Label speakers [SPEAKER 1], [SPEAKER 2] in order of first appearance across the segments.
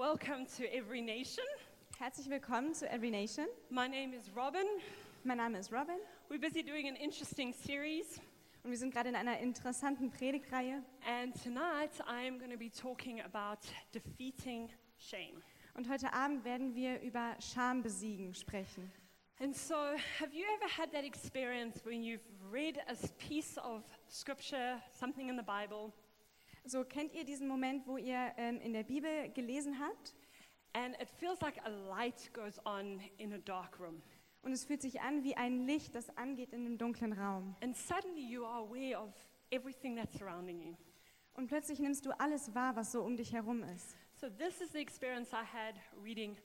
[SPEAKER 1] Welcome to Every Nation.
[SPEAKER 2] Herzlich willkommen zu Every Nation.
[SPEAKER 1] My name is Robin.
[SPEAKER 2] Mein Name ist Robin
[SPEAKER 1] We're busy doing an interesting series,
[SPEAKER 2] und wir sind gerade in einer interessanten Predigtreihe.
[SPEAKER 1] and tonight I'm going to be talking about defeating shame.
[SPEAKER 2] Und heute Abend werden wir über Scham besiegen sprechen.
[SPEAKER 1] And so, have you ever had that experience when you've read a s- piece of scripture, something in the Bible,
[SPEAKER 2] So kennt ihr diesen Moment, wo ihr ähm, in der Bibel gelesen habt
[SPEAKER 1] and it feels like a light goes on in a dark room?
[SPEAKER 2] und es fühlt sich an wie ein Licht, das angeht in einem dunklen Raum.
[SPEAKER 1] And suddenly you are aware of everything that's surrounding you.
[SPEAKER 2] Und plötzlich nimmst du alles wahr, was so um dich herum ist.
[SPEAKER 1] So, this is the experience I had reading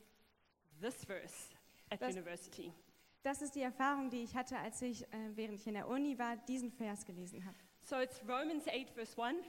[SPEAKER 1] this verse at
[SPEAKER 2] That's-
[SPEAKER 1] university.
[SPEAKER 2] Das ist die Erfahrung, die ich hatte, als ich, äh, während ich in der Uni war, diesen Vers gelesen habe.
[SPEAKER 1] So, it's Romans 8, verse 1.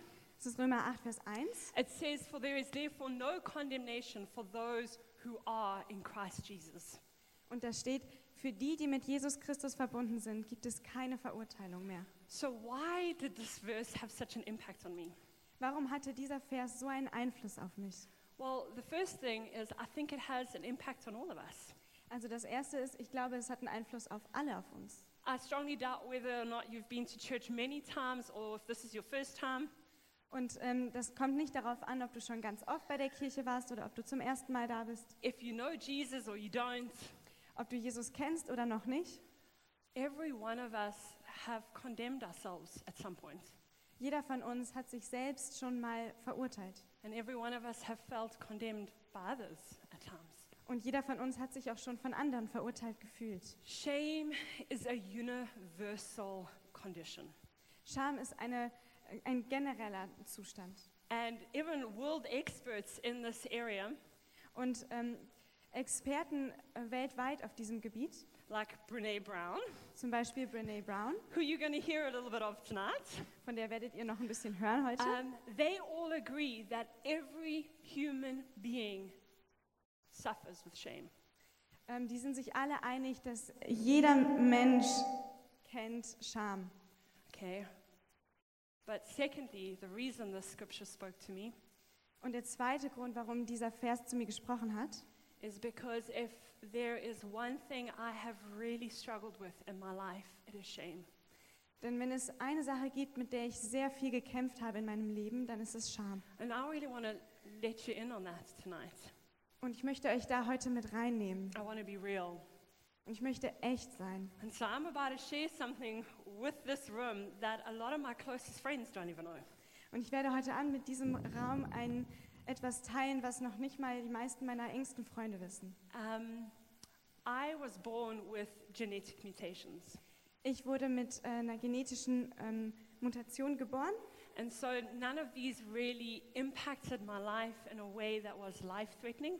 [SPEAKER 2] Es ist Römer 8, Vers 1.
[SPEAKER 1] It says, For there is therefore no condemnation for those who are in Christ Jesus.
[SPEAKER 2] Und da steht, für die, die mit Jesus Christus verbunden sind, gibt es keine Verurteilung mehr.
[SPEAKER 1] So, why did this verse have such an impact on me?
[SPEAKER 2] Warum hatte dieser Vers so einen Einfluss auf mich?
[SPEAKER 1] Well, the first thing is, I think it has an impact on all of us.
[SPEAKER 2] Also das Erste ist, ich glaube, es hat einen Einfluss auf alle auf uns.
[SPEAKER 1] I strongly doubt whether or not you've been to church many times or if this is your first time.
[SPEAKER 2] Und ähm, das kommt nicht darauf an, ob du schon ganz oft bei der Kirche warst oder ob du zum ersten Mal da bist,
[SPEAKER 1] If you know Jesus or you don't,
[SPEAKER 2] ob du Jesus kennst oder noch nicht.
[SPEAKER 1] every one of us have condemned ourselves at some point,
[SPEAKER 2] Jeder von uns hat sich selbst schon mal verurteilt.
[SPEAKER 1] and every one of us have felt condemned by others at times.
[SPEAKER 2] Und jeder von uns hat sich auch schon von anderen verurteilt gefühlt.
[SPEAKER 1] Shame is a universal condition.
[SPEAKER 2] Scham ist eine, ein genereller Zustand.
[SPEAKER 1] And even world experts in this area,
[SPEAKER 2] Und ähm, Experten äh, weltweit auf diesem Gebiet,
[SPEAKER 1] like Brene Brown,
[SPEAKER 2] zum Beispiel Brene Brown,
[SPEAKER 1] who you're going to hear a little bit of tonight,
[SPEAKER 2] von der werdet ihr noch ein bisschen hören heute,
[SPEAKER 1] um, they all agree that every human being suffers with shame.
[SPEAKER 2] ähm, die sind sich alle einig, dass jeder Mensch kennt Scham.
[SPEAKER 1] Okay? But secondly, the reason this scripture spoke to me
[SPEAKER 2] Und der zweite Grund, warum dieser Vers zu mir gesprochen hat,
[SPEAKER 1] is because if there is one thing I have really struggled with in my life, it is shame.
[SPEAKER 2] denn wenn es eine Sache gibt, mit der ich sehr viel gekämpft habe in meinem Leben, dann ist es Scham.
[SPEAKER 1] And I really want to let you in on that tonight.
[SPEAKER 2] Und ich möchte euch da heute mit reinnehmen.
[SPEAKER 1] I want to be real.
[SPEAKER 2] Und ich möchte echt sein.
[SPEAKER 1] And so I'm about to share something with this room that a lot of my closest friends don't even know.
[SPEAKER 2] Und ich werde heute Abend mit diesem Raum ein, etwas teilen, was noch nicht mal die meisten meiner engsten Freunde wissen.
[SPEAKER 1] Um, I was born with genetic mutations.
[SPEAKER 2] Ich wurde mit äh, einer genetischen ähm, Mutation geboren
[SPEAKER 1] And so none of these really impacted my life in a way that was life threatening.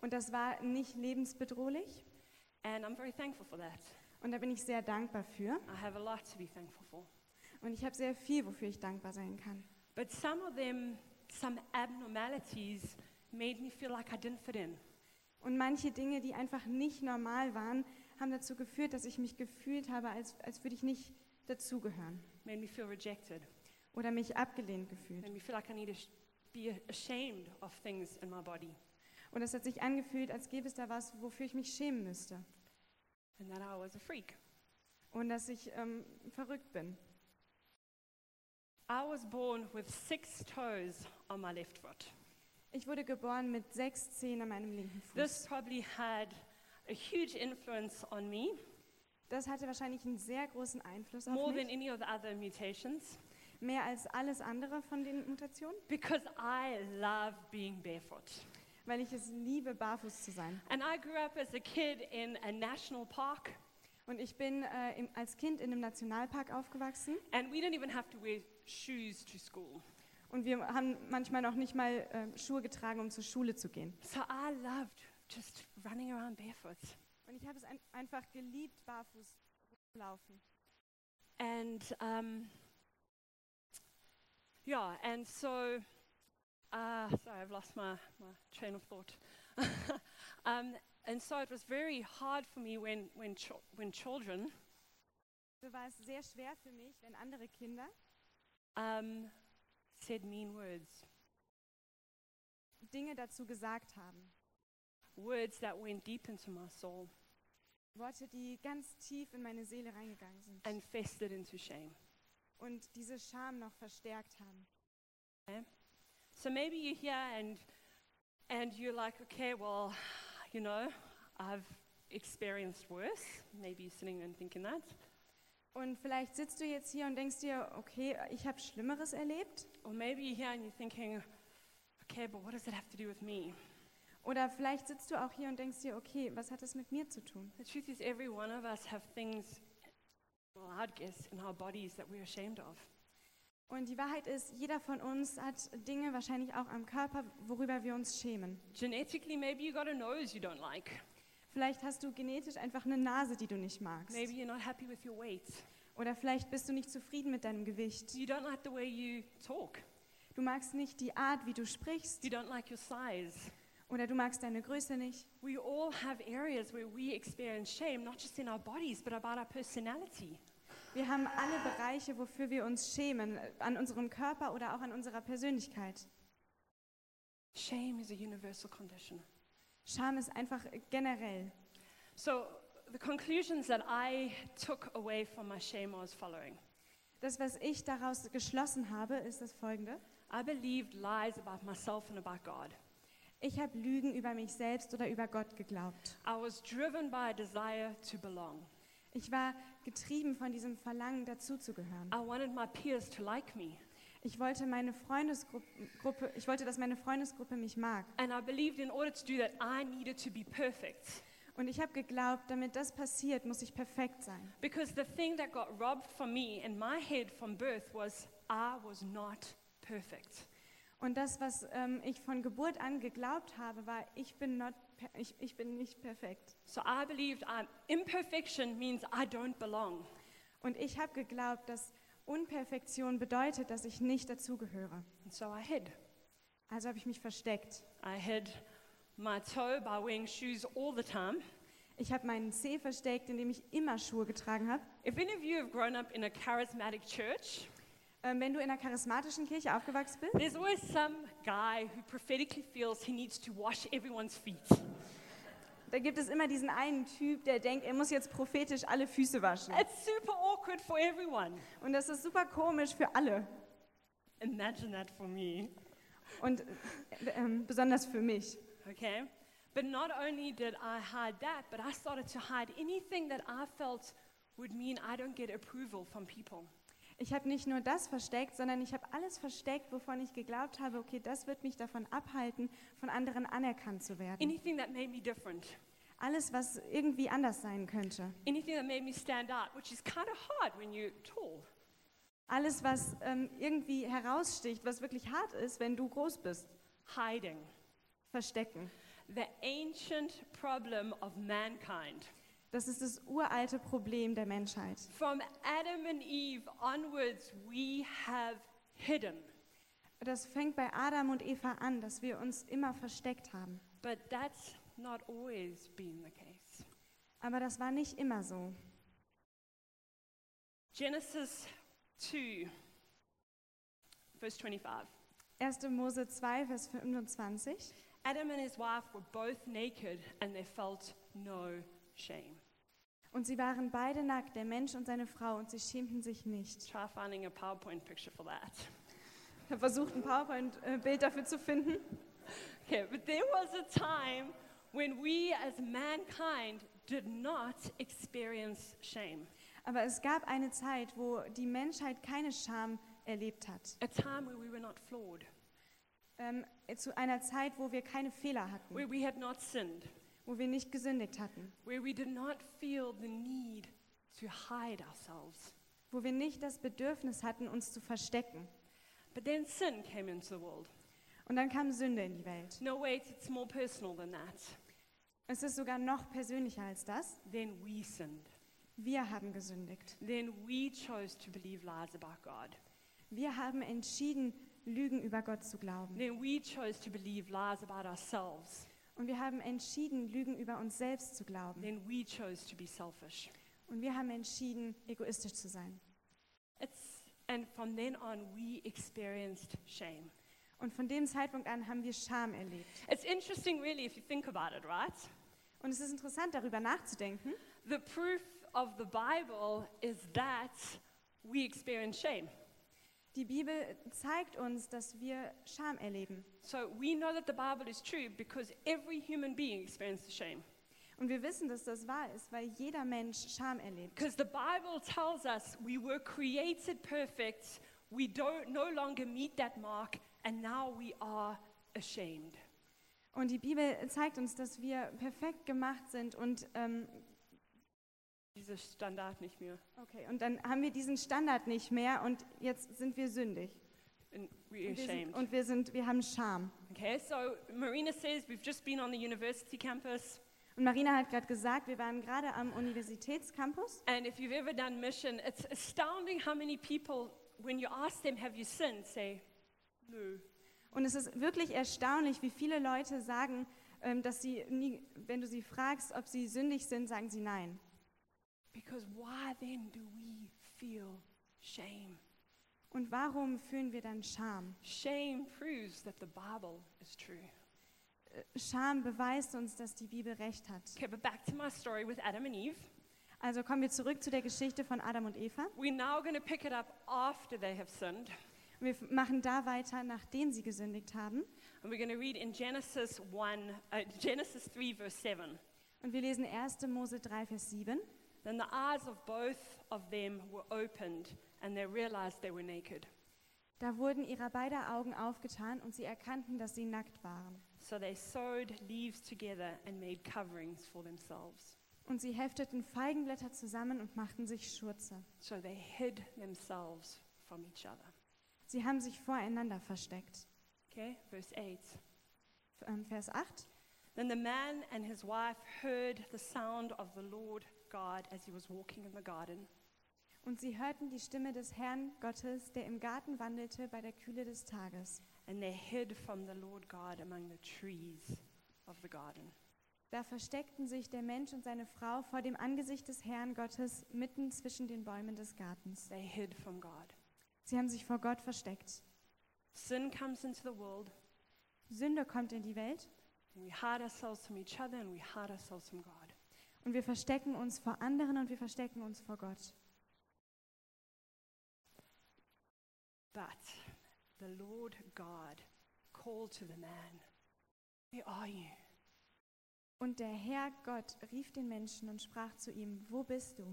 [SPEAKER 2] und das war nicht lebensbedrohlich.
[SPEAKER 1] And I'm very thankful for that.
[SPEAKER 2] Und da bin ich sehr dankbar für.
[SPEAKER 1] I have a lot to be thankful for.
[SPEAKER 2] Und ich habe sehr viel, wofür ich dankbar sein kann.
[SPEAKER 1] But some of them, some abnormalities, made me feel like I didn't fit in.
[SPEAKER 2] Und manche Dinge, die einfach nicht normal waren, haben dazu geführt, dass ich mich gefühlt habe, als, als würde ich nicht dazugehören
[SPEAKER 1] Made me feel rejected.
[SPEAKER 2] oder mich abgelehnt gefühlt.
[SPEAKER 1] Made me feel like I need to sh- be ashamed of things in my body
[SPEAKER 2] Und es hat sich angefühlt, als gäbe es da was, wofür ich mich schämen müsste.
[SPEAKER 1] and that I was a freak.
[SPEAKER 2] und dass ich ähm, verrückt bin.
[SPEAKER 1] I was born with six toes on my left foot.
[SPEAKER 2] Ich wurde geboren mit sechs Zehen an meinem linken Fuß.
[SPEAKER 1] This probably had a huge influence on me,
[SPEAKER 2] das hatte wahrscheinlich einen sehr großen Einfluss auf
[SPEAKER 1] more than
[SPEAKER 2] mich,
[SPEAKER 1] any of the other mutations,
[SPEAKER 2] mehr als alles andere von den Mutationen,
[SPEAKER 1] because I love being barefoot.
[SPEAKER 2] weil ich es liebe, barfuß zu sein.
[SPEAKER 1] And I grew up as a kid in a national park,
[SPEAKER 2] Und ich bin äh, im, als Kind in einem Nationalpark aufgewachsen
[SPEAKER 1] and we didn't even have to wear shoes to school.
[SPEAKER 2] und wir haben manchmal noch nicht mal äh, Schuhe getragen, um zur Schule zu gehen.
[SPEAKER 1] So I loved just running around barefoot.
[SPEAKER 2] Und ich habe es ein, einfach geliebt, barfuß zu laufen.
[SPEAKER 1] And um, yeah, and so, uh, sorry, I've lost my, my train of thought. um, and so it was very hard for me when, when, chil- when children
[SPEAKER 2] So war es sehr schwer für mich, wenn andere Kinder
[SPEAKER 1] um, said mean words.
[SPEAKER 2] Dinge dazu gesagt haben.
[SPEAKER 1] words that went deep into my soul
[SPEAKER 2] Worte, die ganz tief in meine Seele reingegangen sind
[SPEAKER 1] and festered into shame.
[SPEAKER 2] und diese Scham noch verstärkt haben.
[SPEAKER 1] So maybe you're here and, and you're like, okay, well, you know, I've experienced worse. Maybe you're sitting and thinking that.
[SPEAKER 2] Und vielleicht sitzt du jetzt hier und denkst dir, okay, ich habe Schlimmeres erlebt.
[SPEAKER 1] Or maybe you're here and you're thinking, okay, but what does it have to do with me?
[SPEAKER 2] Oder vielleicht sitzt du auch hier und denkst dir, okay, was hat es mit mir zu tun?
[SPEAKER 1] The truth is, every one of us have things, well, I'd guess, in our bodies that we're ashamed of.
[SPEAKER 2] Und die Wahrheit ist, jeder von uns hat Dinge wahrscheinlich auch am Körper, worüber wir uns schämen.
[SPEAKER 1] Genetically, maybe you got a nose you don't like.
[SPEAKER 2] Vielleicht hast du genetisch einfach eine Nase, die du nicht magst.
[SPEAKER 1] Maybe you're not happy with your weight.
[SPEAKER 2] Oder vielleicht bist du nicht zufrieden mit deinem Gewicht.
[SPEAKER 1] You don't like the way you talk.
[SPEAKER 2] Du magst nicht die Art, wie du sprichst.
[SPEAKER 1] You don't like your size.
[SPEAKER 2] Oder du magst deine Größe nicht.
[SPEAKER 1] We all have areas where we experience shame, not just in our bodies, but about our personality.
[SPEAKER 2] Wir haben alle Bereiche, wofür wir uns schämen. An unserem Körper oder auch an unserer Persönlichkeit.
[SPEAKER 1] Shame is a universal condition.
[SPEAKER 2] Scham ist einfach generell.
[SPEAKER 1] So, the conclusions that I took away from my shame was following.
[SPEAKER 2] Das, was ich daraus geschlossen habe, ist das folgende.
[SPEAKER 1] I believed lies about myself and about God.
[SPEAKER 2] Ich habe Lügen über mich selbst oder über Gott geglaubt.
[SPEAKER 1] I was driven by a desire to belong.
[SPEAKER 2] Ich war getrieben von diesem Verlangen, dazuzugehören.
[SPEAKER 1] I wanted my peers to like me.
[SPEAKER 2] Ich wollte meine Freundesgruppe, ich wollte, dass meine Freundesgruppe mich mag.
[SPEAKER 1] And I believed in order to do that, I needed to be perfect.
[SPEAKER 2] Und ich habe geglaubt, damit das passiert, muss ich perfekt sein.
[SPEAKER 1] Because the thing that got robbed from me in my head from birth was I was not perfect.
[SPEAKER 2] Und das, was ähm, ich von Geburt an geglaubt habe, war, ich bin, not, per- ich, ich bin nicht perfekt.
[SPEAKER 1] So I believed um, imperfection means I don't belong.
[SPEAKER 2] Und ich habe geglaubt, dass Unperfektion bedeutet, dass ich nicht dazugehöre.
[SPEAKER 1] And so I hid.
[SPEAKER 2] Also habe ich mich versteckt.
[SPEAKER 1] I hid my toe by wearing shoes all the time.
[SPEAKER 2] Ich habe meinen Zeh versteckt, indem ich immer Schuhe getragen habe.
[SPEAKER 1] If any of you have grown up in a charismatic church,
[SPEAKER 2] Ähm, wenn du in einer charismatischen Kirche aufgewachsen bist,
[SPEAKER 1] there's always some guy who prophetically feels he needs to wash everyone's feet.
[SPEAKER 2] da gibt es immer diesen einen Typ, der denkt, er muss jetzt prophetisch alle Füße waschen.
[SPEAKER 1] It's super awkward for everyone.
[SPEAKER 2] Und das ist super komisch für alle.
[SPEAKER 1] Imagine that for me.
[SPEAKER 2] Und äh, ähm, besonders für mich.
[SPEAKER 1] Okay? But not only did I hide that, but I started to hide anything that I felt would mean I don't get approval from people.
[SPEAKER 2] Ich habe nicht nur das versteckt, sondern ich habe alles versteckt, wovon ich geglaubt habe, okay, das wird mich davon abhalten, von anderen anerkannt zu werden.
[SPEAKER 1] Anything that made me different.
[SPEAKER 2] Alles, was irgendwie anders sein könnte.
[SPEAKER 1] Anything that made me stand out, which is kind of hard when you're tall.
[SPEAKER 2] Alles, was ähm, irgendwie heraussticht, was wirklich hart ist, wenn du groß bist.
[SPEAKER 1] Hiding.
[SPEAKER 2] Verstecken.
[SPEAKER 1] The ancient problem of mankind.
[SPEAKER 2] Das ist das uralte Problem der Menschheit.
[SPEAKER 1] From Adam and Eve onwards, we have hidden.
[SPEAKER 2] Das fängt bei Adam und Eva an, dass wir uns immer versteckt haben.
[SPEAKER 1] But that's not always been the case.
[SPEAKER 2] Aber das war nicht immer so.
[SPEAKER 1] Genesis 2, verse 25.
[SPEAKER 2] 1. Mose 2, Vers 25.
[SPEAKER 1] Adam and his wife were both naked and they felt no shame.
[SPEAKER 2] Und sie waren beide nackt, der Mensch und seine Frau, und sie schämten sich nicht.
[SPEAKER 1] Try finding a PowerPoint picture for that.
[SPEAKER 2] Ich habe versucht, ein PowerPoint-Bild dafür zu finden.
[SPEAKER 1] Okay, but there was a time when we as mankind did not experience shame.
[SPEAKER 2] Aber es gab eine Zeit, wo die Menschheit keine Scham erlebt hat.
[SPEAKER 1] A time where we were not flawed,
[SPEAKER 2] Ähm, zu einer Zeit, wo wir keine Fehler hatten,
[SPEAKER 1] where we had not sinned,
[SPEAKER 2] wo wir nicht gesündigt hatten,
[SPEAKER 1] where we did not feel the need to hide ourselves.
[SPEAKER 2] wo wir nicht das Bedürfnis hatten, uns zu verstecken.
[SPEAKER 1] But then sin came into the world.
[SPEAKER 2] Und dann kam Sünde in die Welt.
[SPEAKER 1] No, wait, it's more personal than that.
[SPEAKER 2] Es ist sogar noch persönlicher als das.
[SPEAKER 1] Then we sinned.
[SPEAKER 2] Wir haben gesündigt.
[SPEAKER 1] Then we chose to believe lies about God.
[SPEAKER 2] Wir haben entschieden, Lügen über Gott zu glauben.
[SPEAKER 1] Then we chose to believe lies about ourselves.
[SPEAKER 2] Und wir haben entschieden, Lügen über uns selbst zu glauben.
[SPEAKER 1] Then we chose to be selfish.
[SPEAKER 2] Und wir haben entschieden, egoistisch zu sein.
[SPEAKER 1] It's, and from then on, we experienced shame.
[SPEAKER 2] Und von dem Zeitpunkt an haben wir Scham erlebt.
[SPEAKER 1] It's interesting, really, if you think about it, right?
[SPEAKER 2] Und es ist interessant, darüber nachzudenken.
[SPEAKER 1] The proof of the Bible is that we experience shame.
[SPEAKER 2] Die Bibel zeigt uns, dass wir Scham erleben.
[SPEAKER 1] So we know that the Bible is true because every human being experiences shame.
[SPEAKER 2] Und wir wissen, dass das wahr ist, weil jeder Mensch Scham erlebt.
[SPEAKER 1] Because the Bible tells us we were created perfect, we don't no longer meet that mark, and now we are ashamed.
[SPEAKER 2] Und die Bibel zeigt uns, dass wir perfekt gemacht sind und, ähm,
[SPEAKER 1] Diese Standard nicht mehr.
[SPEAKER 2] okay, und dann haben wir diesen Standard nicht mehr und jetzt sind wir sündig.
[SPEAKER 1] And we're
[SPEAKER 2] Und wir
[SPEAKER 1] ashamed.
[SPEAKER 2] sind, und wir, sind, wir haben Scham.
[SPEAKER 1] Okay, so Marina says we've just been on the university campus,
[SPEAKER 2] Und Marina hat gerade gesagt, wir waren gerade am Universitätscampus.
[SPEAKER 1] and if you've ever done mission, it's astounding how many people, when you ask them, Have you sinned? say, No.
[SPEAKER 2] Und es ist wirklich erstaunlich, wie viele Leute sagen, ähm, dass sie, nie, wenn du sie fragst, ob sie sündig sind, sagen sie nein.
[SPEAKER 1] Because why then do we feel shame?
[SPEAKER 2] Und warum fühlen wir dann Scham?
[SPEAKER 1] Shame proves that the Bible is true.
[SPEAKER 2] Äh, Scham beweist uns, dass die Bibel recht hat.
[SPEAKER 1] Okay, but back to my story with Adam and Eve.
[SPEAKER 2] Also kommen wir zurück zu der Geschichte von Adam und Eva.
[SPEAKER 1] We're now going to pick it up after they have sinned,
[SPEAKER 2] Und wir f- machen da weiter, nachdem sie gesündigt haben.
[SPEAKER 1] and we're going to read in Genesis 1, uh, Genesis 3, verse 7.
[SPEAKER 2] Und wir lesen 1. Mose 3, Vers 7.
[SPEAKER 1] Then the eyes of both of them were opened, and they realized they were naked.
[SPEAKER 2] Da wurden ihrer beider Augen aufgetan und sie erkannten, dass sie nackt waren.
[SPEAKER 1] So they sewed leaves together and made coverings for themselves.
[SPEAKER 2] Und sie hefteten Feigenblätter zusammen und machten sich Schurze.
[SPEAKER 1] So they hid themselves from each other.
[SPEAKER 2] Sie haben sich voreinander versteckt.
[SPEAKER 1] Okay, verse 8.
[SPEAKER 2] F- ähm, Vers 8.
[SPEAKER 1] Then the man and his wife heard the sound of the Lord God as he was walking in the garden.
[SPEAKER 2] Und sie hörten die Stimme des Herrn Gottes, der im Garten wandelte bei der Kühle des Tages.
[SPEAKER 1] And they hid from the Lord God among the trees of the garden.
[SPEAKER 2] Da versteckten sich der Mensch und seine Frau vor dem Angesicht des Herrn Gottes mitten zwischen den Bäumen des Gartens.
[SPEAKER 1] They hid from God.
[SPEAKER 2] Sie haben sich vor Gott versteckt.
[SPEAKER 1] Sin comes into the world,
[SPEAKER 2] Sünde kommt in die Welt
[SPEAKER 1] and we hide ourselves from each other, and we hide ourselves from God.
[SPEAKER 2] und wir verstecken uns vor anderen und wir verstecken uns vor Gott.
[SPEAKER 1] But the Lord God called to the man, Where are you?
[SPEAKER 2] Und der Herr Gott rief den Menschen und sprach zu ihm, wo bist du?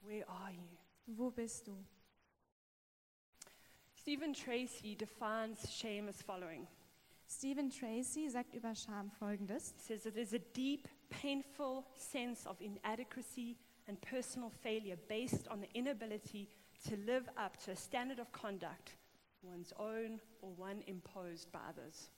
[SPEAKER 1] Where are you?
[SPEAKER 2] Wo bist du?
[SPEAKER 1] Stephen Tracy defines shame as following.
[SPEAKER 2] Stephen Tracy sagt über Scham folgendes.
[SPEAKER 1] He says that there's a deep, painful sense of inadequacy and personal failure based on the inability to live up to a standard of conduct, one's own or one imposed by others.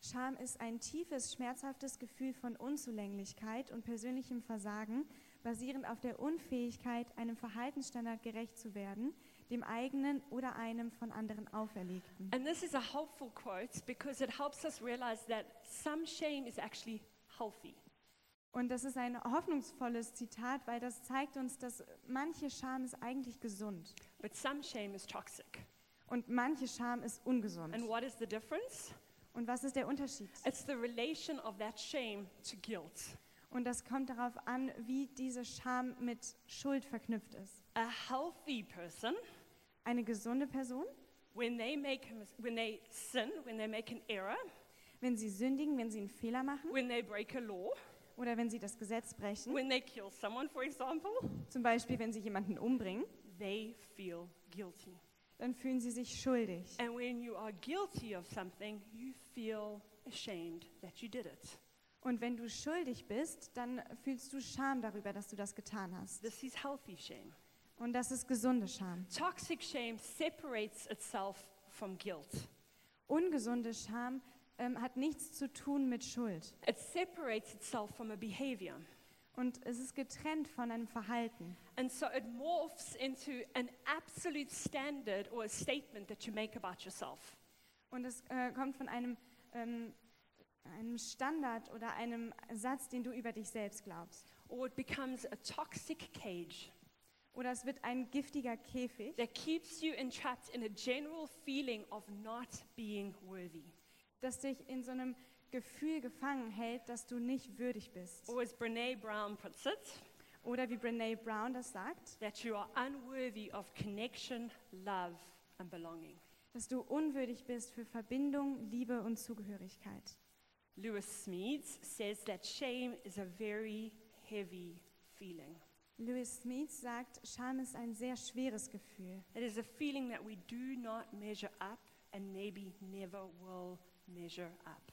[SPEAKER 2] Scham ist ein tiefes, schmerzhaftes Gefühl von Unzulänglichkeit und persönlichem Versagen, basierend auf der Unfähigkeit, einem Verhaltensstandard gerecht zu werden, dem eigenen oder einem von anderen auferlegten.
[SPEAKER 1] And this is a helpful quote because it helps us realize that some shame is actually healthy.
[SPEAKER 2] Und das ist ein hoffnungsvolles Zitat, weil das zeigt uns, dass manche Scham ist eigentlich gesund
[SPEAKER 1] But some shame is toxic.
[SPEAKER 2] und manche Scham ist ungesund.
[SPEAKER 1] And what is the difference?
[SPEAKER 2] Und was ist der Unterschied?
[SPEAKER 1] It's the relation of that shame to guilt.
[SPEAKER 2] Und das kommt darauf an, wie diese Scham mit Schuld verknüpft ist.
[SPEAKER 1] A healthy person,
[SPEAKER 2] Eine gesunde Person,
[SPEAKER 1] when they make a mis- when they sin, when they make an error,
[SPEAKER 2] wenn sie sündigen, wenn sie einen Fehler machen
[SPEAKER 1] when they break a law,
[SPEAKER 2] oder wenn sie das Gesetz brechen,
[SPEAKER 1] when they kill someone, for example,
[SPEAKER 2] zum Beispiel wenn sie jemanden umbringen,
[SPEAKER 1] they feel guilty.
[SPEAKER 2] dann fühlen sie sich schuldig.
[SPEAKER 1] And when you are guilty of something, you feel ashamed that you did it.
[SPEAKER 2] Und wenn du schuldig bist, dann fühlst du Scham darüber, dass du das getan hast.
[SPEAKER 1] This is healthy shame.
[SPEAKER 2] Und das ist gesunde Scham.
[SPEAKER 1] Toxic shame separates itself from guilt.
[SPEAKER 2] Ungesunde Scham ähm, hat nichts zu tun mit Schuld.
[SPEAKER 1] It separates itself from a behavior.
[SPEAKER 2] Und es ist getrennt von einem Verhalten.
[SPEAKER 1] And so it morphs into an absolute standard or a statement that you make about yourself.
[SPEAKER 2] Und es äh, kommt von einem, ähm, einem Standard oder einem Satz, den du über dich selbst glaubst.
[SPEAKER 1] Or it becomes a toxic cage.
[SPEAKER 2] oder es wird ein giftiger Käfig,
[SPEAKER 1] that keeps you entrapped in a general feeling of not being worthy.
[SPEAKER 2] das dich in so einem Gefühl gefangen hält, dass du nicht würdig bist.
[SPEAKER 1] Or as Brene Brown puts it,
[SPEAKER 2] Oder wie Brene Brown das sagt,
[SPEAKER 1] that you are unworthy of connection, love, and belonging.
[SPEAKER 2] dass du unwürdig bist für Verbindung, Liebe und Zugehörigkeit.
[SPEAKER 1] Lewis Smeads says that shame is a very heavy feeling.
[SPEAKER 2] Louis Smith sagt, Scham ist ein sehr schweres Gefühl.
[SPEAKER 1] It is a feeling that we do not measure up and maybe never will measure up.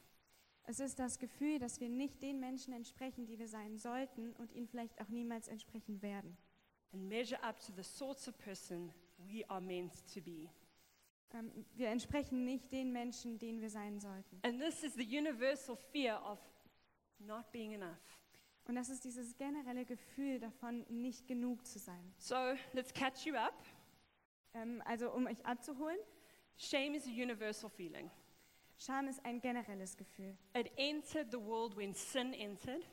[SPEAKER 2] Es ist das Gefühl, dass wir nicht den Menschen entsprechen, die wir sein sollten und ihnen vielleicht auch niemals entsprechen werden.
[SPEAKER 1] And measure up to the sorts of person we are meant to be.
[SPEAKER 2] Ähm, wir entsprechen nicht den Menschen, denen wir sein sollten.
[SPEAKER 1] And this is the universal fear of not being enough.
[SPEAKER 2] Und das ist dieses generelle Gefühl davon, nicht genug zu sein.
[SPEAKER 1] So let's catch you up.
[SPEAKER 2] Ähm, also um euch abzuholen,
[SPEAKER 1] Shame is a universal feeling.
[SPEAKER 2] Scham ist ein generelles Gefühl.
[SPEAKER 1] It entered the world when sin entered,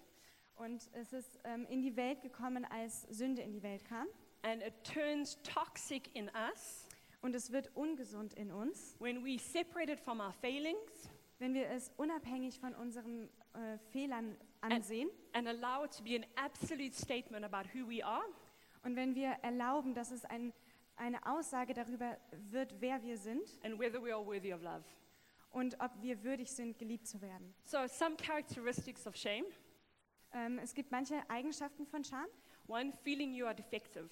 [SPEAKER 2] Und es ist ähm, in die Welt gekommen, als Sünde in die Welt kam.
[SPEAKER 1] and it turns toxic in us
[SPEAKER 2] Und es wird ungesund in uns,
[SPEAKER 1] when we separate it from our failings
[SPEAKER 2] wenn wir es unabhängig von unseren äh, Fehlern ansehen
[SPEAKER 1] and allow it to be an absolute statement about who we are
[SPEAKER 2] und wenn wir erlauben, dass es ein, eine Aussage darüber wird, wer wir sind
[SPEAKER 1] and whether we are worthy of love.
[SPEAKER 2] und ob wir würdig sind, geliebt zu werden.
[SPEAKER 1] So, some characteristics of shame
[SPEAKER 2] Ähm, es gibt manche Eigenschaften von Scham.
[SPEAKER 1] one, feeling you are defective,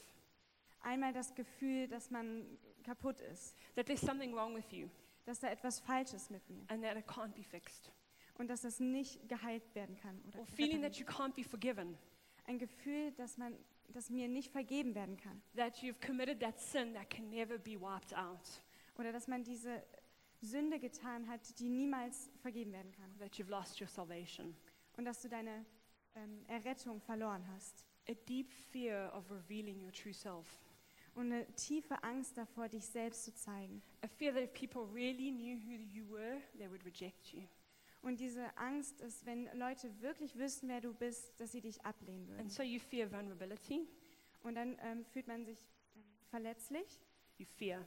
[SPEAKER 2] Einmal das Gefühl, dass man kaputt ist,
[SPEAKER 1] that there's something wrong with you
[SPEAKER 2] dass da etwas Falsch ist mit mir
[SPEAKER 1] and that it can't be fixed,
[SPEAKER 2] und dass das nicht geheilt werden kann. Oder
[SPEAKER 1] or feeling that
[SPEAKER 2] repariert.
[SPEAKER 1] you can't be forgiven,
[SPEAKER 2] ein Gefühl, dass, man, dass mir nicht vergeben werden kann
[SPEAKER 1] that you've committed that sin that can never be wiped out,
[SPEAKER 2] oder dass man diese Sünde getan hat, die niemals vergeben werden kann
[SPEAKER 1] that you've lost your salvation.
[SPEAKER 2] und dass du deine ähm, Errettung verloren hast.
[SPEAKER 1] A deep fear of revealing your true self,
[SPEAKER 2] Und eine tiefe Angst davor, dich selbst zu zeigen.
[SPEAKER 1] a fear that if people really knew who you were, they would reject you.
[SPEAKER 2] Und diese Angst ist, wenn Leute wirklich wüssten, wer du bist, dass sie dich ablehnen
[SPEAKER 1] And
[SPEAKER 2] würden.
[SPEAKER 1] so you fear vulnerability,
[SPEAKER 2] Und dann ähm, fühlt man sich ähm, verletzlich
[SPEAKER 1] you fear,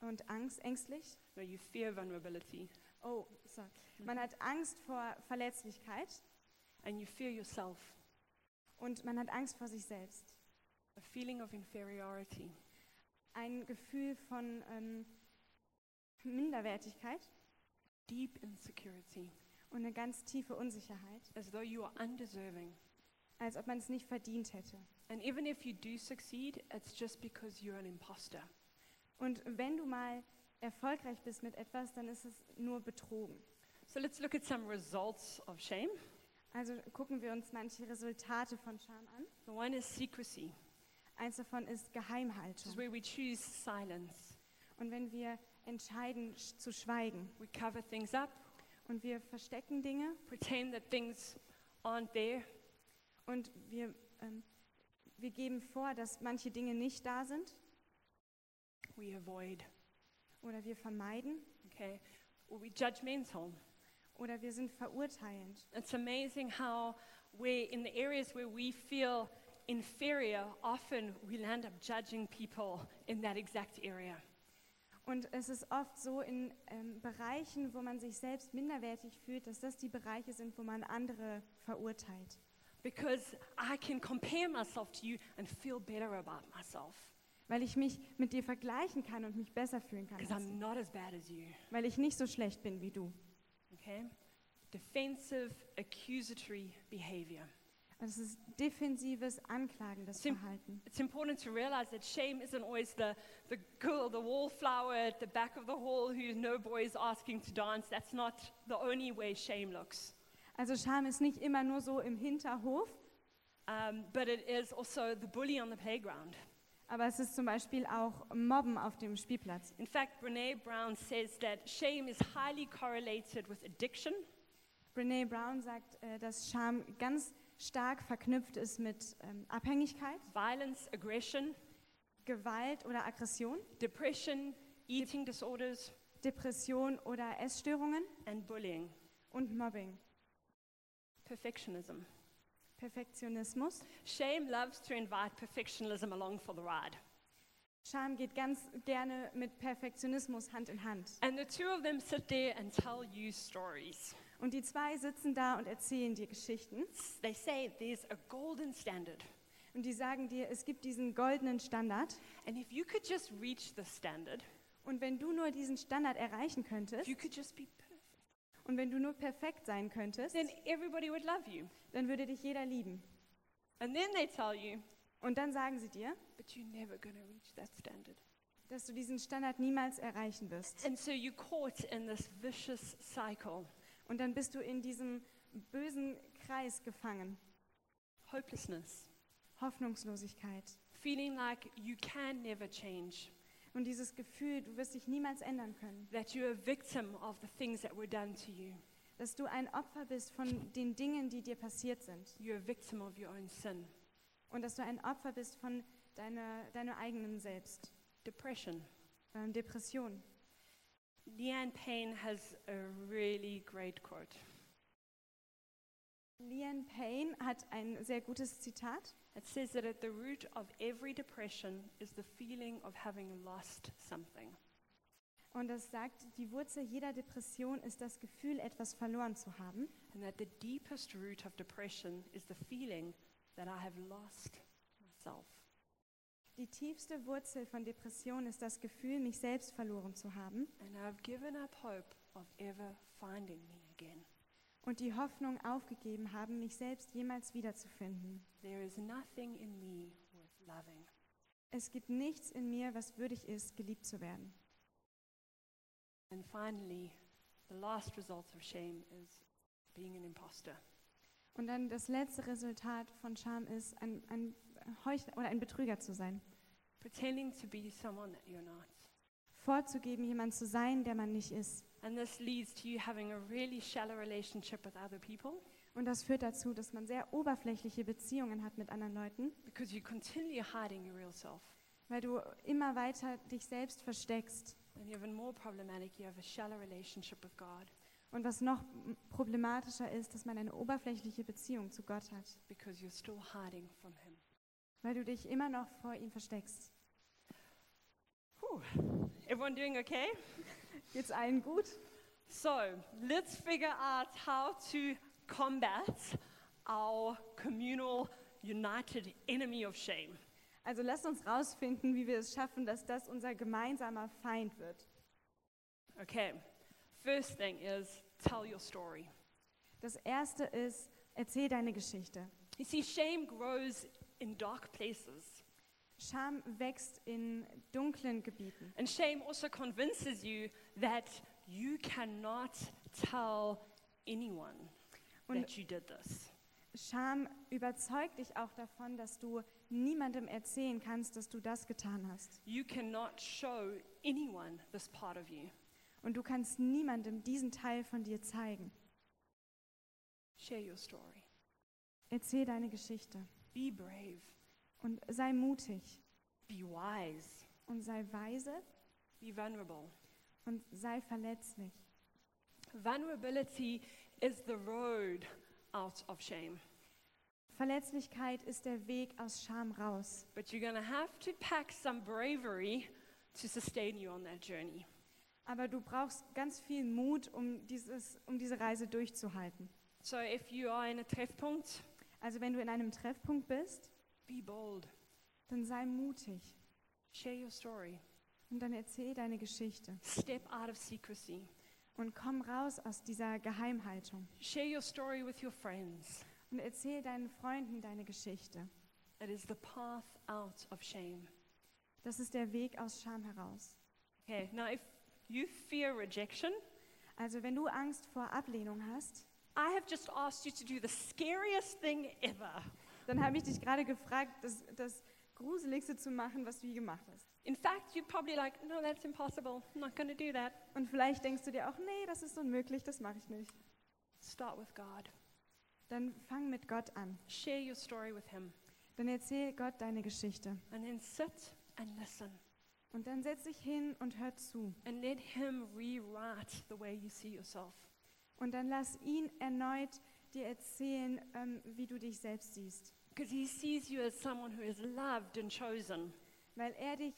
[SPEAKER 2] und angstängstlich.
[SPEAKER 1] no, you fear vulnerability,
[SPEAKER 2] Oh, sorry. Man hat Angst vor Verletzlichkeit
[SPEAKER 1] and you fear yourself,
[SPEAKER 2] und man hat Angst vor sich selbst.
[SPEAKER 1] a feeling of inferiority,
[SPEAKER 2] ein Gefühl von ähm, Minderwertigkeit
[SPEAKER 1] deep insecurity,
[SPEAKER 2] und eine ganz tiefe Unsicherheit,
[SPEAKER 1] as though you are undeserving.
[SPEAKER 2] als ob man es nicht verdient hätte.
[SPEAKER 1] And even if you do succeed, it's just because you're an imposter.
[SPEAKER 2] Und wenn du mal erfolgreich bist mit etwas, dann ist es nur betrogen.
[SPEAKER 1] So let's look at some results of shame.
[SPEAKER 2] Also gucken wir uns manche Resultate von Scham an.
[SPEAKER 1] The one is secrecy,
[SPEAKER 2] Eins davon ist
[SPEAKER 1] which is
[SPEAKER 2] Geheimhaltung.
[SPEAKER 1] where we choose silence.
[SPEAKER 2] Und wenn wir entscheiden sch- zu schweigen
[SPEAKER 1] We cover things up,
[SPEAKER 2] und wir verstecken Dinge
[SPEAKER 1] pretend that things aren't there,
[SPEAKER 2] und wir, ähm, wir geben vor, dass manche Dinge nicht da sind
[SPEAKER 1] we avoid,
[SPEAKER 2] oder wir vermeiden
[SPEAKER 1] okay? Or we judgmental.
[SPEAKER 2] oder wir sind verurteilend.
[SPEAKER 1] It's amazing how we, in the areas where we feel inferior, often we land up judging people in that exact area.
[SPEAKER 2] Und es ist oft so in ähm, Bereichen, wo man sich selbst minderwertig fühlt, dass das die Bereiche sind, wo man andere verurteilt.
[SPEAKER 1] Because I can compare myself to you and feel better about myself.
[SPEAKER 2] Weil ich mich mit dir vergleichen kann und mich besser fühlen kann.
[SPEAKER 1] Because
[SPEAKER 2] Als,
[SPEAKER 1] I'm not as bad as you.
[SPEAKER 2] weil ich nicht so schlecht bin wie du.
[SPEAKER 1] Okay? Defensive, accusatory behavior.
[SPEAKER 2] Also es ist defensives, anklagendes
[SPEAKER 1] Sim-
[SPEAKER 2] Verhalten.
[SPEAKER 1] It's important to realize that shame isn't always the, the girl, the wallflower at the back of the hall who no boy is asking to dance. That's not the only way shame looks.
[SPEAKER 2] Also Scham ist nicht immer nur so im Hinterhof,
[SPEAKER 1] Um, but it is also the bully on the playground.
[SPEAKER 2] aber es ist zum Beispiel auch Mobben auf dem Spielplatz.
[SPEAKER 1] In fact, Brene Brown says that shame is highly correlated with addiction,
[SPEAKER 2] Brene Brown sagt, äh, dass Scham ganz stark verknüpft ist mit ähm, Abhängigkeit,
[SPEAKER 1] violence, aggression,
[SPEAKER 2] Gewalt oder Aggression.
[SPEAKER 1] depression, eating disorders,
[SPEAKER 2] Depression oder Essstörungen
[SPEAKER 1] and bullying,
[SPEAKER 2] und Mobbing,
[SPEAKER 1] perfectionism,
[SPEAKER 2] Perfektionismus.
[SPEAKER 1] Shame loves to invite perfectionism along for the ride.
[SPEAKER 2] Scham geht ganz gerne mit Perfektionismus Hand in Hand.
[SPEAKER 1] And the two of them sit there and tell you stories.
[SPEAKER 2] Und die zwei sitzen da und erzählen dir Geschichten.
[SPEAKER 1] They say there's a golden standard.
[SPEAKER 2] Und die sagen dir, es gibt diesen goldenen Standard.
[SPEAKER 1] And if you could just reach the standard,
[SPEAKER 2] Und wenn du nur diesen Standard erreichen könntest
[SPEAKER 1] you could just be perfect.
[SPEAKER 2] und wenn du nur perfekt sein könntest,
[SPEAKER 1] Then everybody would love you.
[SPEAKER 2] dann würde dich jeder lieben.
[SPEAKER 1] And then they tell you,
[SPEAKER 2] Und dann sagen sie dir,
[SPEAKER 1] but you're never going to reach that standard.
[SPEAKER 2] dass du diesen Standard niemals erreichen wirst.
[SPEAKER 1] And so you're caught in this vicious cycle.
[SPEAKER 2] Und dann bist du in diesem bösen Kreis gefangen.
[SPEAKER 1] Hopelessness,
[SPEAKER 2] Hoffnungslosigkeit.
[SPEAKER 1] feeling like you can never change,
[SPEAKER 2] Und dieses Gefühl, du wirst dich niemals ändern können.
[SPEAKER 1] that you're a victim of the things that were done to you.
[SPEAKER 2] Dass du ein Opfer bist von den Dingen, die dir passiert sind.
[SPEAKER 1] You're a victim of your own sin.
[SPEAKER 2] Und dass du ein Opfer bist von deiner, deiner eigenen Selbst.
[SPEAKER 1] Depression.
[SPEAKER 2] Ähm, Depression.
[SPEAKER 1] Leanne Payne has a really great quote.
[SPEAKER 2] Lian Payne hat ein sehr gutes Zitat.
[SPEAKER 1] It says that at the root of every depression is the feeling of having lost something.
[SPEAKER 2] Und das sagt, die Wurzel jeder Depression ist das Gefühl, etwas verloren zu haben.
[SPEAKER 1] And that the deepest root of depression is the feeling that I have lost myself.
[SPEAKER 2] Die tiefste Wurzel von Depression ist das Gefühl, mich selbst verloren zu haben
[SPEAKER 1] And I've given up hope of ever finding me again.
[SPEAKER 2] und die Hoffnung aufgegeben haben, mich selbst jemals wiederzufinden.
[SPEAKER 1] There is nothing in me worth loving.
[SPEAKER 2] Es gibt nichts in mir, was würdig ist, geliebt zu werden.
[SPEAKER 1] And finally, the last result of shame is being an imposter.
[SPEAKER 2] Und dann das letzte Resultat von Scham ist, ein, ein Heuchler oder ein Betrüger zu sein.
[SPEAKER 1] Pretending to be someone that you're not.
[SPEAKER 2] Vorzugeben, jemand zu sein, der man nicht ist.
[SPEAKER 1] And this leads to you having a really shallow relationship with other people
[SPEAKER 2] Und das führt dazu, dass man sehr oberflächliche Beziehungen hat mit anderen Leuten,
[SPEAKER 1] because you're continually hiding your real self.
[SPEAKER 2] weil du immer weiter dich selbst versteckst.
[SPEAKER 1] And even more problematic, you have a shallow relationship with God
[SPEAKER 2] Und was noch problematischer ist, dass man eine oberflächliche Beziehung zu Gott hat,
[SPEAKER 1] because you're still hiding from Him.
[SPEAKER 2] weil du dich immer noch vor ihm versteckst.
[SPEAKER 1] Whew. Everyone doing okay?
[SPEAKER 2] Geht's allen gut?
[SPEAKER 1] So let's figure out how to combat our communal united enemy of shame.
[SPEAKER 2] Also lasst uns rausfinden, wie wir es schaffen, dass das unser gemeinsamer Feind wird.
[SPEAKER 1] Okay, first thing is tell your story.
[SPEAKER 2] Das erste ist, erzähl deine Geschichte.
[SPEAKER 1] You see, shame grows in dark places,
[SPEAKER 2] Scham wächst in dunklen Gebieten.
[SPEAKER 1] and shame also convinces you that you cannot tell anyone
[SPEAKER 2] Und-
[SPEAKER 1] that you did this.
[SPEAKER 2] Scham überzeugt dich auch davon, dass du niemandem erzählen kannst, dass du das getan hast.
[SPEAKER 1] You cannot show anyone this part of you.
[SPEAKER 2] Und du kannst niemandem diesen Teil von dir zeigen.
[SPEAKER 1] Share your story.
[SPEAKER 2] Erzähl deine Geschichte
[SPEAKER 1] Be brave.
[SPEAKER 2] und sei mutig
[SPEAKER 1] Be wise.
[SPEAKER 2] und sei weise
[SPEAKER 1] Be vulnerable.
[SPEAKER 2] und sei verletzlich.
[SPEAKER 1] Vulnerability is the road out of shame,
[SPEAKER 2] Verletzlichkeit ist der Weg aus Scham raus.
[SPEAKER 1] but you're going to have to pack some bravery to sustain you on that journey.
[SPEAKER 2] Aber du brauchst ganz viel Mut, um, dieses, um diese Reise durchzuhalten.
[SPEAKER 1] So if you are in a treffpunkt,
[SPEAKER 2] Also wenn du in einem Treffpunkt bist,
[SPEAKER 1] be bold.
[SPEAKER 2] dann sei mutig
[SPEAKER 1] Share your story.
[SPEAKER 2] und dann erzähl deine Geschichte
[SPEAKER 1] Step out of secrecy.
[SPEAKER 2] und komm raus aus dieser Geheimhaltung
[SPEAKER 1] Share your story with your friends.
[SPEAKER 2] und erzähl deinen Freunden deine Geschichte.
[SPEAKER 1] It is the path out of shame.
[SPEAKER 2] Das ist der Weg aus Scham heraus.
[SPEAKER 1] Okay, now if you fear rejection,
[SPEAKER 2] Also wenn du Angst vor Ablehnung hast,
[SPEAKER 1] I have just asked you to do the scariest thing ever.
[SPEAKER 2] Dann habe ich dich gerade gefragt, das, das Gruseligste zu machen, was du je gemacht hast.
[SPEAKER 1] In fact, you're probably like, no, that's impossible. I'm not going to do that.
[SPEAKER 2] Und vielleicht denkst du dir auch, nee, das ist unmöglich, das mache ich nicht.
[SPEAKER 1] Start with God.
[SPEAKER 2] Dann fang mit Gott an.
[SPEAKER 1] Share your story with Him.
[SPEAKER 2] Dann erzähl Gott deine Geschichte.
[SPEAKER 1] And then sit and listen.
[SPEAKER 2] Und dann setz dich hin und hör zu.
[SPEAKER 1] And let Him rewrite the way you see yourself.
[SPEAKER 2] Und dann lass ihn erneut dir erzählen, ähm, wie du dich selbst siehst,
[SPEAKER 1] because he sees you as someone who is loved and chosen.
[SPEAKER 2] weil er dich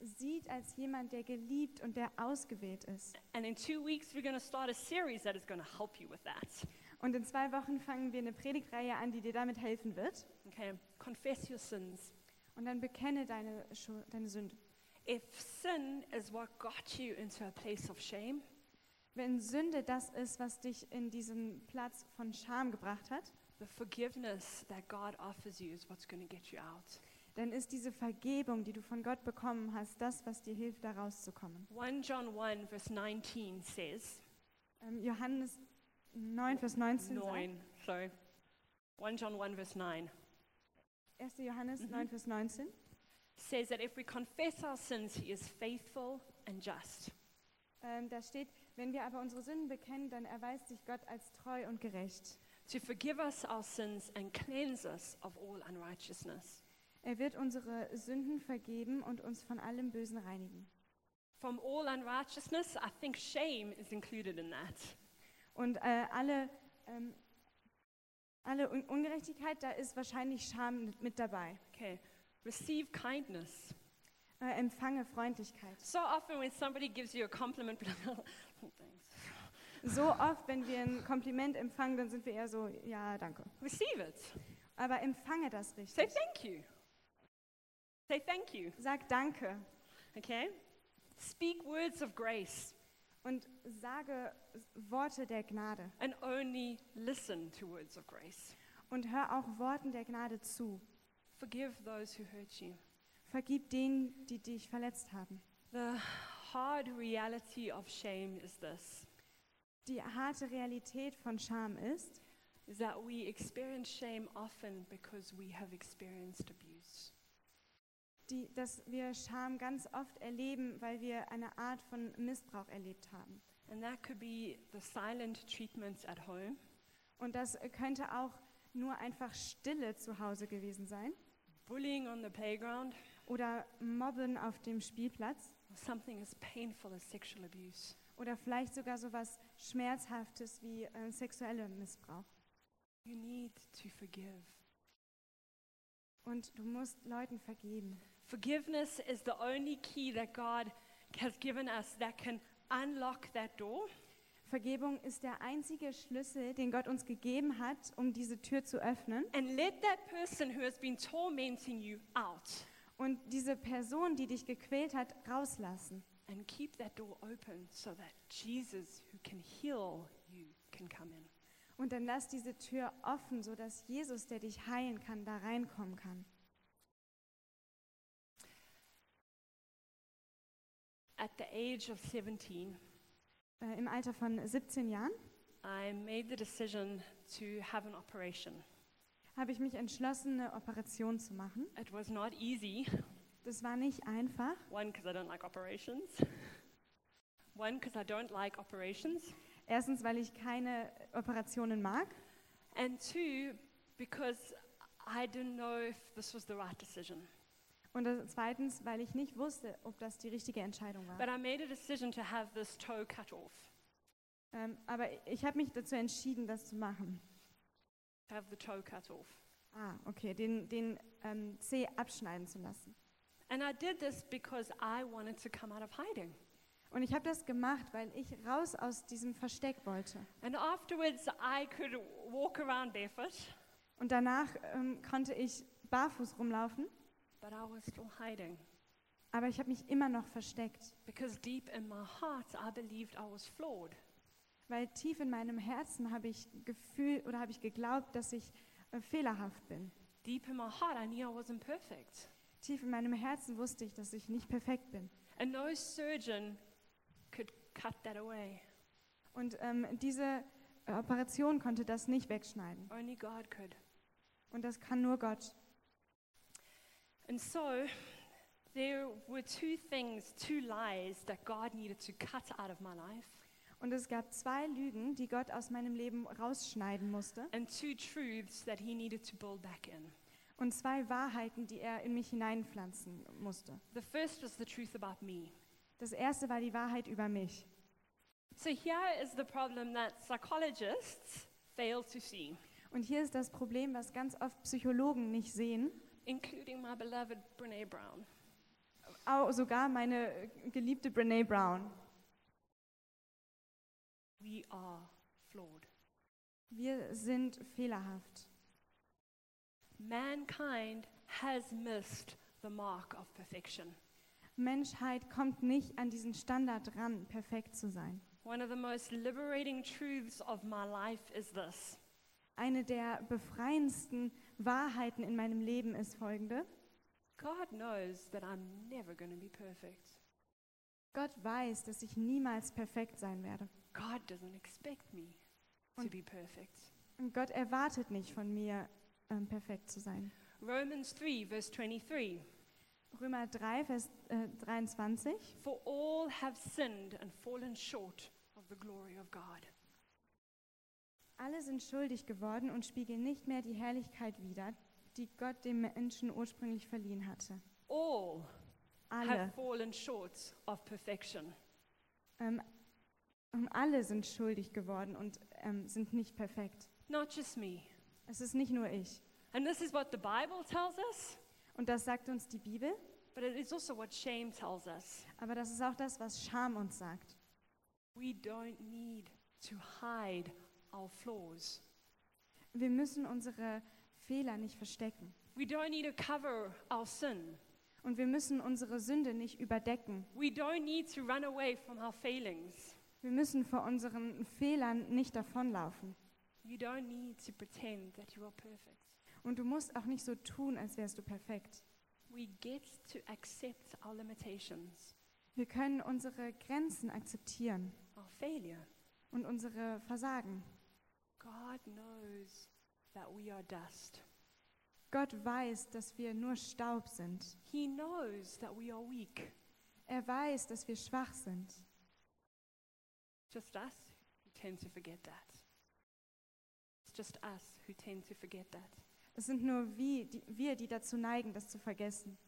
[SPEAKER 2] sieht als jemand, der geliebt und der ausgewählt ist.
[SPEAKER 1] And in two weeks, we're going to start a series that is going to help you with that.
[SPEAKER 2] Und in zwei Wochen fangen wir eine Predigtreihe an, die dir damit helfen wird.
[SPEAKER 1] Okay, confess your sins.
[SPEAKER 2] Und dann bekenne deine, Schu- deine Sünde.
[SPEAKER 1] If sin is what got you into a place of shame,
[SPEAKER 2] Wenn Sünde das ist, was dich in diesen Platz von Scham gebracht hat,
[SPEAKER 1] the forgiveness that God offers you is what's going to get you out.
[SPEAKER 2] dann ist diese Vergebung, die du von Gott bekommen hast, das, was dir hilft, da rauszukommen.
[SPEAKER 1] 1 John 1, verse 19 says,
[SPEAKER 2] Ähm, Johannes 9, Vers 19
[SPEAKER 1] 9, sorry. 1 John 1, verse 9
[SPEAKER 2] sagt, 1. Johannes
[SPEAKER 1] Mhm.
[SPEAKER 2] 9, Vers 19,
[SPEAKER 1] says that if we confess our sins, he is faithful and just.
[SPEAKER 2] ähm, da steht, wenn wir aber unsere Sünden bekennen, dann erweist sich Gott als treu und gerecht.
[SPEAKER 1] to forgive us our sins and cleanse us of all unrighteousness.
[SPEAKER 2] Er wird unsere Sünden vergeben und uns von allem Bösen reinigen.
[SPEAKER 1] From all unrighteousness, I think shame is included in that.
[SPEAKER 2] Und äh, alle, ähm, alle Un Ungerechtigkeit, da ist wahrscheinlich Scham mit- mit dabei.
[SPEAKER 1] Okay, receive kindness.
[SPEAKER 2] Äh, empfange Freundlichkeit.
[SPEAKER 1] So often when somebody gives you a compliment, be like, "Oh, thanks.
[SPEAKER 2] So oft, wenn wir ein Kompliment empfangen, dann sind wir eher so, ja, danke.
[SPEAKER 1] Receive it.
[SPEAKER 2] Aber empfange das
[SPEAKER 1] Say
[SPEAKER 2] richtig.
[SPEAKER 1] thank you. Say thank you.
[SPEAKER 2] Sag danke
[SPEAKER 1] Okay? Speak words of grace
[SPEAKER 2] und sage Worte der Gnade
[SPEAKER 1] and only listen to words of grace.
[SPEAKER 2] und hör auch Worten der Gnade zu.
[SPEAKER 1] Forgive those who hurt you.
[SPEAKER 2] Vergib denen, die dich verletzt haben.
[SPEAKER 1] The hard reality of shame is this.
[SPEAKER 2] Die harte Realität von Scham ist,
[SPEAKER 1] is that we experience shame often because we have experienced abuse.
[SPEAKER 2] die, dass wir Scham ganz oft erleben, weil wir eine Art von Missbrauch erlebt haben.
[SPEAKER 1] And that could be the silent treatment at home,
[SPEAKER 2] Und das könnte auch nur einfach Stille zu Hause gewesen sein
[SPEAKER 1] bullying on the playground,
[SPEAKER 2] oder Mobben auf dem Spielplatz.
[SPEAKER 1] or something as painful as sexual abuse.
[SPEAKER 2] Oder vielleicht sogar so was Schmerzhaftes wie äh, sexueller Missbrauch.
[SPEAKER 1] You need to forgive.
[SPEAKER 2] Und du musst Leuten vergeben.
[SPEAKER 1] Forgiveness is the only key that God has given us that can unlock that door
[SPEAKER 2] Vergebung ist der einzige Schlüssel, den Gott uns gegeben hat, um diese Tür zu öffnen.
[SPEAKER 1] and let that person who has been tormenting you out
[SPEAKER 2] Und diese Person, die dich gequält hat, rauslassen.
[SPEAKER 1] and keep that door open so that Jesus, who can heal you, can come in.
[SPEAKER 2] Und dann lass diese Tür offen, sodass Jesus, der dich heilen kann, da reinkommen kann.
[SPEAKER 1] At the age of 17,
[SPEAKER 2] Äh, Im Alter von 17 Jahren
[SPEAKER 1] I made the decision to have an operation.
[SPEAKER 2] habe ich mich entschlossen, eine Operation zu machen.
[SPEAKER 1] It was not easy.
[SPEAKER 2] Das war nicht einfach.
[SPEAKER 1] One, because I don't like operations. One, because I don't like operations.
[SPEAKER 2] Erstens, weil ich keine Operationen mag.
[SPEAKER 1] And two, because I didn't know if this was the right decision.
[SPEAKER 2] Und das- zweitens, weil ich nicht wusste, ob das die richtige Entscheidung war.
[SPEAKER 1] But I made a decision to have this toe cut off,
[SPEAKER 2] Ähm, aber ich- ich habe mich dazu entschieden, das zu machen.
[SPEAKER 1] to have the toe cut off.
[SPEAKER 2] Ah, okay, den, den ähm, Zeh abschneiden zu lassen.
[SPEAKER 1] And I did this because I wanted to come out of hiding.
[SPEAKER 2] Und ich habe das gemacht, weil ich raus aus diesem Versteck wollte.
[SPEAKER 1] And afterwards, I could walk around barefoot,
[SPEAKER 2] Und danach ähm, konnte ich barfuß rumlaufen,
[SPEAKER 1] but I was still hiding.
[SPEAKER 2] aber ich habe mich immer noch versteckt,
[SPEAKER 1] Because deep in my heart, I believed I was flawed.
[SPEAKER 2] weil tief in meinem Herzen habe ich Gefühl oder habe ich geglaubt, dass ich äh, fehlerhaft bin.
[SPEAKER 1] Deep in my heart, I knew I wasn't perfect.
[SPEAKER 2] Tief in meinem Herzen wusste ich, dass ich nicht perfekt bin.
[SPEAKER 1] And no surgeon could cut that away.
[SPEAKER 2] Und ähm, diese äh, Operation konnte das nicht wegschneiden.
[SPEAKER 1] Only God could.
[SPEAKER 2] Und das kann nur Gott.
[SPEAKER 1] And so, there were two things, two lies that God needed to cut out of my life,
[SPEAKER 2] Und es gab zwei Lügen, die Gott aus meinem Leben rausschneiden musste.
[SPEAKER 1] and two truths that He needed to build back in.
[SPEAKER 2] Und zwei Wahrheiten, die er in mich hineinpflanzen musste.
[SPEAKER 1] The first was the truth about me.
[SPEAKER 2] Das erste war die Wahrheit über mich.
[SPEAKER 1] So, here is the problem that psychologists fail to see,
[SPEAKER 2] Und hier ist das Problem, was ganz oft Psychologen nicht sehen,
[SPEAKER 1] including my beloved Brene Brown.
[SPEAKER 2] auch sogar meine äh, geliebte Brene Brown.
[SPEAKER 1] We are flawed.
[SPEAKER 2] Wir sind fehlerhaft.
[SPEAKER 1] Mankind has missed the mark of perfection.
[SPEAKER 2] Menschheit kommt nicht an diesen Standard ran, perfekt zu sein.
[SPEAKER 1] One of the most liberating truths of my life is this
[SPEAKER 2] Eine der befreiendsten Wahrheiten in meinem Leben ist folgende.
[SPEAKER 1] God knows that I'm never going to be perfect.
[SPEAKER 2] Gott weiß, dass ich niemals perfekt sein werde.
[SPEAKER 1] God doesn't expect me to
[SPEAKER 2] Und-
[SPEAKER 1] be perfect.
[SPEAKER 2] Und Gott erwartet nicht von mir, ähm, perfekt zu sein.
[SPEAKER 1] Romans 3, verse 23.
[SPEAKER 2] Römer 3, Vers äh, 23.
[SPEAKER 1] For all have sinned and fallen short of the glory of God.
[SPEAKER 2] Alle sind schuldig geworden und spiegeln nicht mehr die Herrlichkeit wider, die Gott dem Menschen ursprünglich verliehen hatte.
[SPEAKER 1] All
[SPEAKER 2] Alle.
[SPEAKER 1] have fallen short of perfection.
[SPEAKER 2] Ähm, und alle sind schuldig geworden und ähm, sind nicht perfekt.
[SPEAKER 1] Not just me.
[SPEAKER 2] Es ist nicht nur ich.
[SPEAKER 1] And this is what the Bible tells us,
[SPEAKER 2] Und das sagt uns die Bibel,
[SPEAKER 1] but it is also what shame tells us.
[SPEAKER 2] aber das ist auch das, was Scham uns sagt.
[SPEAKER 1] We don't need to hide our flaws.
[SPEAKER 2] Wir müssen unsere Fehler nicht verstecken.
[SPEAKER 1] We don't need to cover our sin.
[SPEAKER 2] Und wir müssen unsere Sünde nicht überdecken.
[SPEAKER 1] We don't need to run away from our failings.
[SPEAKER 2] Wir müssen vor unseren Fehlern nicht davonlaufen.
[SPEAKER 1] You don't need to pretend that you are perfect.
[SPEAKER 2] Und du musst auch nicht so tun, als wärst du perfekt.
[SPEAKER 1] We get to accept our limitations,
[SPEAKER 2] Wir können unsere Grenzen akzeptieren
[SPEAKER 1] our failure.
[SPEAKER 2] und unsere Versagen.
[SPEAKER 1] God knows that we are dust.
[SPEAKER 2] Gott weiß, dass wir nur Staub sind.
[SPEAKER 1] He knows that we are weak.
[SPEAKER 2] Er weiß, dass wir schwach sind.
[SPEAKER 1] Just us who tend to forget that. It's just us who tend to forget that.
[SPEAKER 2] Es sind nur wir die, wir, die dazu neigen, das zu vergessen.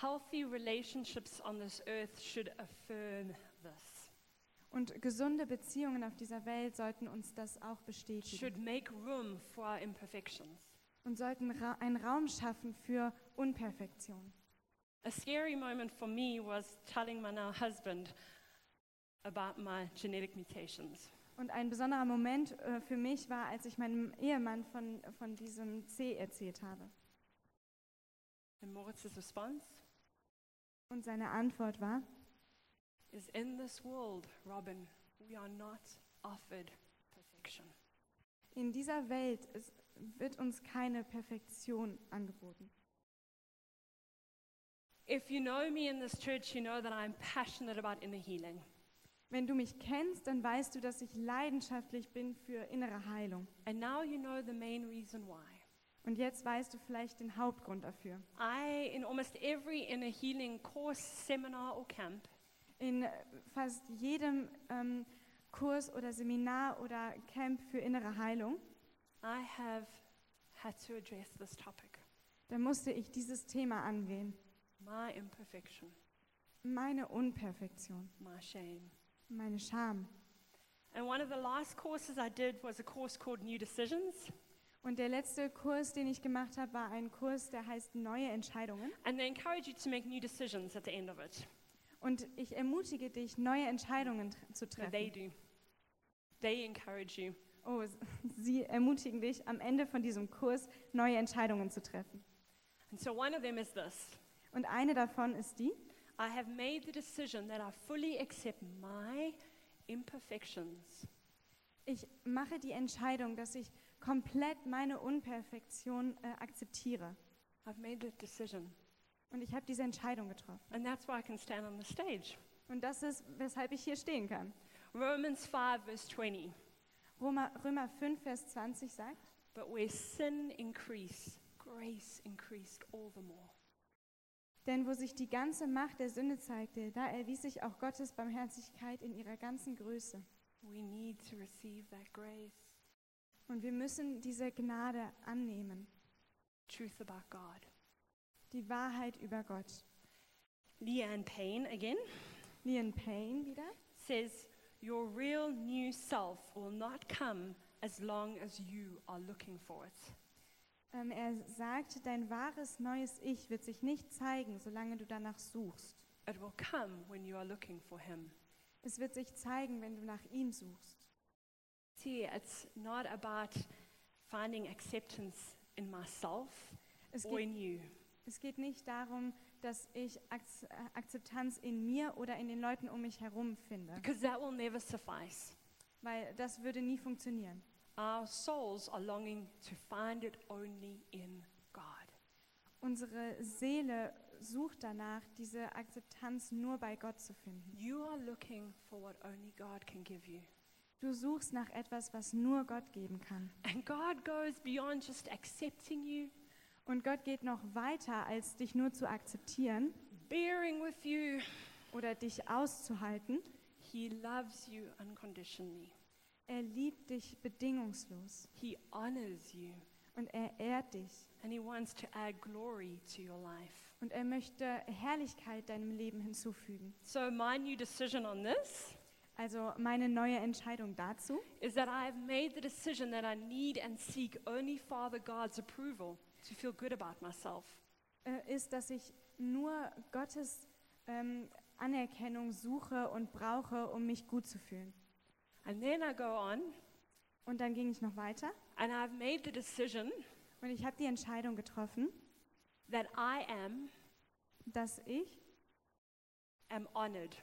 [SPEAKER 1] Healthy relationships on this earth should affirm this,
[SPEAKER 2] Und gesunde Beziehungen auf dieser Welt sollten uns das auch bestätigen
[SPEAKER 1] should make room for our imperfections.
[SPEAKER 2] und sollten Ra einen Raum schaffen für Unperfektion.
[SPEAKER 1] A scary moment for me was telling my now husband about my genetic mutations.
[SPEAKER 2] Und ein besonderer Moment äh, für mich war, als ich meinem Ehemann von, von diesem C erzählt habe.
[SPEAKER 1] And Moritz's response
[SPEAKER 2] Und seine Antwort war,
[SPEAKER 1] is In this world, Robin, we are not offered perfection.
[SPEAKER 2] in dieser Welt ist, wird uns keine Perfektion angeboten.
[SPEAKER 1] If you know me in this church, you know that I'm passionate about inner healing.
[SPEAKER 2] Wenn du mich kennst, dann weißt du, dass ich leidenschaftlich bin für innere Heilung.
[SPEAKER 1] And now you know the main reason why.
[SPEAKER 2] Und jetzt weißt du vielleicht den Hauptgrund dafür.
[SPEAKER 1] I, in almost every inner healing course, seminar, or camp,
[SPEAKER 2] In äh, fast jedem ähm, Kurs oder Seminar oder Camp für innere Heilung,
[SPEAKER 1] I have had to address this topic
[SPEAKER 2] da musste ich dieses Thema angehen.
[SPEAKER 1] my imperfection,
[SPEAKER 2] Meine Unperfektion,
[SPEAKER 1] my shame.
[SPEAKER 2] meine Scham.
[SPEAKER 1] And one of the last courses I did was a course called New Decisions.
[SPEAKER 2] Und der letzte Kurs, den ich gemacht habe, war ein Kurs, der heißt Neue Entscheidungen.
[SPEAKER 1] And they encourage you to make new decisions at the end of it.
[SPEAKER 2] Und ich ermutige dich, neue Entscheidungen tr- zu
[SPEAKER 1] No, they
[SPEAKER 2] treffen.
[SPEAKER 1] do. They encourage you.
[SPEAKER 2] Oh, s- sie ermutigen dich, am Ende von diesem Kurs neue Entscheidungen zu treffen.
[SPEAKER 1] And so one of them is this
[SPEAKER 2] Und eine davon ist die,
[SPEAKER 1] I have made the decision that I fully accept my imperfections
[SPEAKER 2] ich mache die Entscheidung, dass ich komplett meine Unperfektion äh, akzeptiere.
[SPEAKER 1] I've made that decision.
[SPEAKER 2] Und ich habe diese Entscheidung getroffen.
[SPEAKER 1] And that's why I can stand on the stage.
[SPEAKER 2] Und das ist, weshalb ich hier stehen kann.
[SPEAKER 1] Romans 5, verse 20.
[SPEAKER 2] Römer, Römer 5, Vers 20 sagt,
[SPEAKER 1] But where sin increased, grace increased all the more.
[SPEAKER 2] Denn wo sich die ganze Macht der Sünde zeigte, da erwies sich auch Gottes Barmherzigkeit in ihrer ganzen Größe.
[SPEAKER 1] We need to receive that grace,
[SPEAKER 2] Und wir müssen diese Gnade annehmen,
[SPEAKER 1] truth about God.
[SPEAKER 2] die Wahrheit über Gott.
[SPEAKER 1] Leanne Payne again
[SPEAKER 2] Leon Payne wieder.
[SPEAKER 1] says, Your real new self will not come as long as you are looking for it.
[SPEAKER 2] Ähm, er sagt, dein wahres neues Ich wird sich nicht zeigen, solange du danach suchst.
[SPEAKER 1] It will come when you are looking for Him.
[SPEAKER 2] Es wird sich zeigen, wenn du nach ihm suchst.
[SPEAKER 1] See, it's not about finding acceptance in myself
[SPEAKER 2] Es
[SPEAKER 1] or
[SPEAKER 2] geht,
[SPEAKER 1] in you.
[SPEAKER 2] es geht nicht darum, dass ich Akz- äh, Akzeptanz in mir oder in den Leuten um mich herum finde,
[SPEAKER 1] Because that will never suffice.
[SPEAKER 2] weil das würde nie funktionieren.
[SPEAKER 1] Our souls are longing to find it only in God.
[SPEAKER 2] Unsere Seele sucht danach, diese Akzeptanz nur bei Gott zu finden.
[SPEAKER 1] You are looking for what only God can give you.
[SPEAKER 2] Du suchst nach etwas, was nur Gott geben kann.
[SPEAKER 1] And God goes beyond just accepting you,
[SPEAKER 2] Und Gott geht noch weiter, als dich nur zu akzeptieren
[SPEAKER 1] bearing with you.
[SPEAKER 2] oder dich auszuhalten.
[SPEAKER 1] He loves you unconditionally,
[SPEAKER 2] Er liebt dich bedingungslos
[SPEAKER 1] He honors you,
[SPEAKER 2] und er ehrt dich.
[SPEAKER 1] and He wants to add glory to your life.
[SPEAKER 2] Und er möchte Herrlichkeit deinem Leben hinzufügen.
[SPEAKER 1] So, my new decision on this
[SPEAKER 2] Also meine neue Entscheidung dazu
[SPEAKER 1] is that I have made the decision that I need and seek only Father God's approval to feel good about myself.
[SPEAKER 2] äh, ist, dass ich nur Gottes ähm, Anerkennung suche und brauche, um mich gut zu fühlen.
[SPEAKER 1] And then I go on
[SPEAKER 2] Und dann ging ich noch weiter
[SPEAKER 1] and I've made the decision
[SPEAKER 2] und ich habe die Entscheidung getroffen,
[SPEAKER 1] that I am
[SPEAKER 2] dass ich,
[SPEAKER 1] am honored,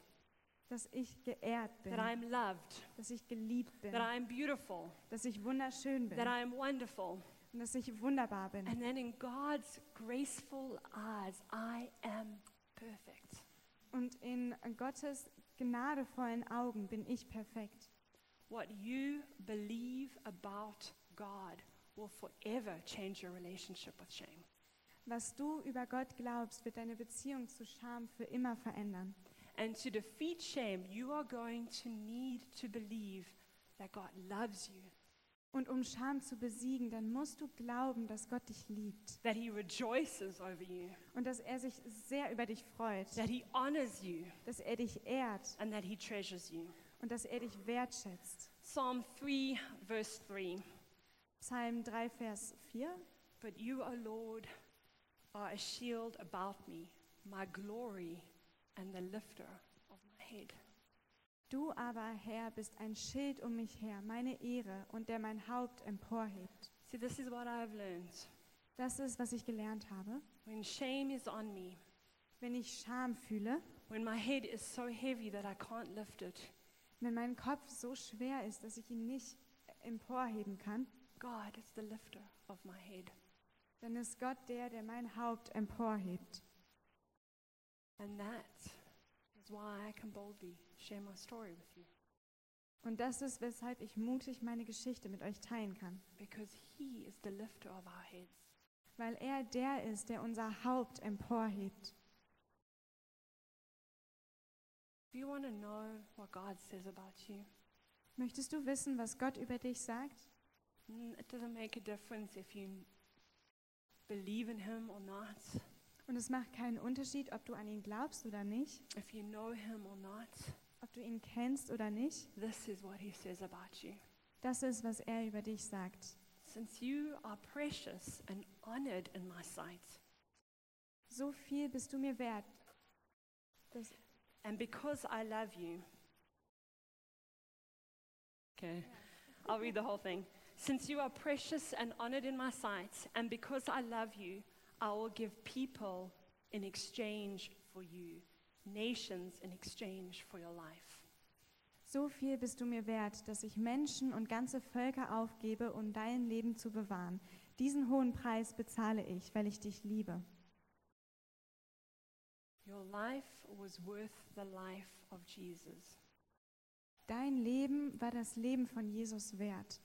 [SPEAKER 2] dass ich geehrt bin,
[SPEAKER 1] that I'm loved,
[SPEAKER 2] dass ich geliebt bin,
[SPEAKER 1] that I'm beautiful,
[SPEAKER 2] dass ich wunderschön bin
[SPEAKER 1] that I'm wonderful.
[SPEAKER 2] und dass ich wunderbar bin.
[SPEAKER 1] And then in God's graceful eyes, I am perfect.
[SPEAKER 2] Und in Gottes gnadevollen Augen bin ich perfekt.
[SPEAKER 1] What you believe about God will forever change your relationship with shame.
[SPEAKER 2] Was du über Gott glaubst, wird deine Beziehung zu Scham für immer verändern.
[SPEAKER 1] And to defeat shame, you are going to need to believe that God loves you,
[SPEAKER 2] Und um Scham zu besiegen, dann musst du glauben, dass Gott dich liebt
[SPEAKER 1] that He rejoices over you,
[SPEAKER 2] und dass er sich sehr über dich freut,
[SPEAKER 1] that He honors you,
[SPEAKER 2] dass er dich ehrt
[SPEAKER 1] and that He treasures you.
[SPEAKER 2] und dass er dich wertschätzt.
[SPEAKER 1] Psalm 3, verse 3.
[SPEAKER 2] Psalm 3, Vers 4.
[SPEAKER 1] But you, O Lord, are a shield about me, my glory and the lifter of my head.
[SPEAKER 2] Du aber, Herr, bist ein Schild um mich her, meine Ehre und der mein Haupt emporhebt.
[SPEAKER 1] See, this is what I've learned.
[SPEAKER 2] Das ist, was ich gelernt habe.
[SPEAKER 1] When shame is on me,
[SPEAKER 2] Wenn ich Scham fühle,
[SPEAKER 1] when my head is so heavy that I can't lift it,
[SPEAKER 2] wenn mein Kopf so schwer ist, dass ich ihn nicht emporheben kann,
[SPEAKER 1] God is the lifter of my head.
[SPEAKER 2] dann ist Gott der, der mein Haupt emporhebt.
[SPEAKER 1] And that is why I can boldly share my story with you,
[SPEAKER 2] Und das ist, weshalb ich mutig meine Geschichte mit euch teilen kann,
[SPEAKER 1] because He is the lifter of our heads.
[SPEAKER 2] weil er der ist, der unser Haupt emporhebt.
[SPEAKER 1] If you want to know what God says about you,
[SPEAKER 2] Möchtest du wissen, was Gott über dich sagt?
[SPEAKER 1] mm, it doesn't make a difference if you believe in Him or not,
[SPEAKER 2] Und es macht keinen Unterschied, ob du an ihn glaubst oder nicht,
[SPEAKER 1] if you know Him or not.
[SPEAKER 2] ob du ihn kennst oder nicht.
[SPEAKER 1] This is what He says about you.
[SPEAKER 2] Das ist, was er über dich sagt.
[SPEAKER 1] Since you are precious and honored in my sight,
[SPEAKER 2] So viel bist du mir wert. Das,
[SPEAKER 1] and because I love you. Okay, I'll read the whole thing. Since you are precious and honored in my sight, and because I love you, I will give people in exchange for you, nations in exchange for your life.
[SPEAKER 2] so viel bist du mir wert, dass ich Menschen und ganze Völker aufgebe, um dein Leben zu bewahren. Diesen hohen Preis bezahle ich, weil ich dich liebe.
[SPEAKER 1] Your life was worth the life of Jesus.
[SPEAKER 2] Dein Leben war das Leben von Jesus wert.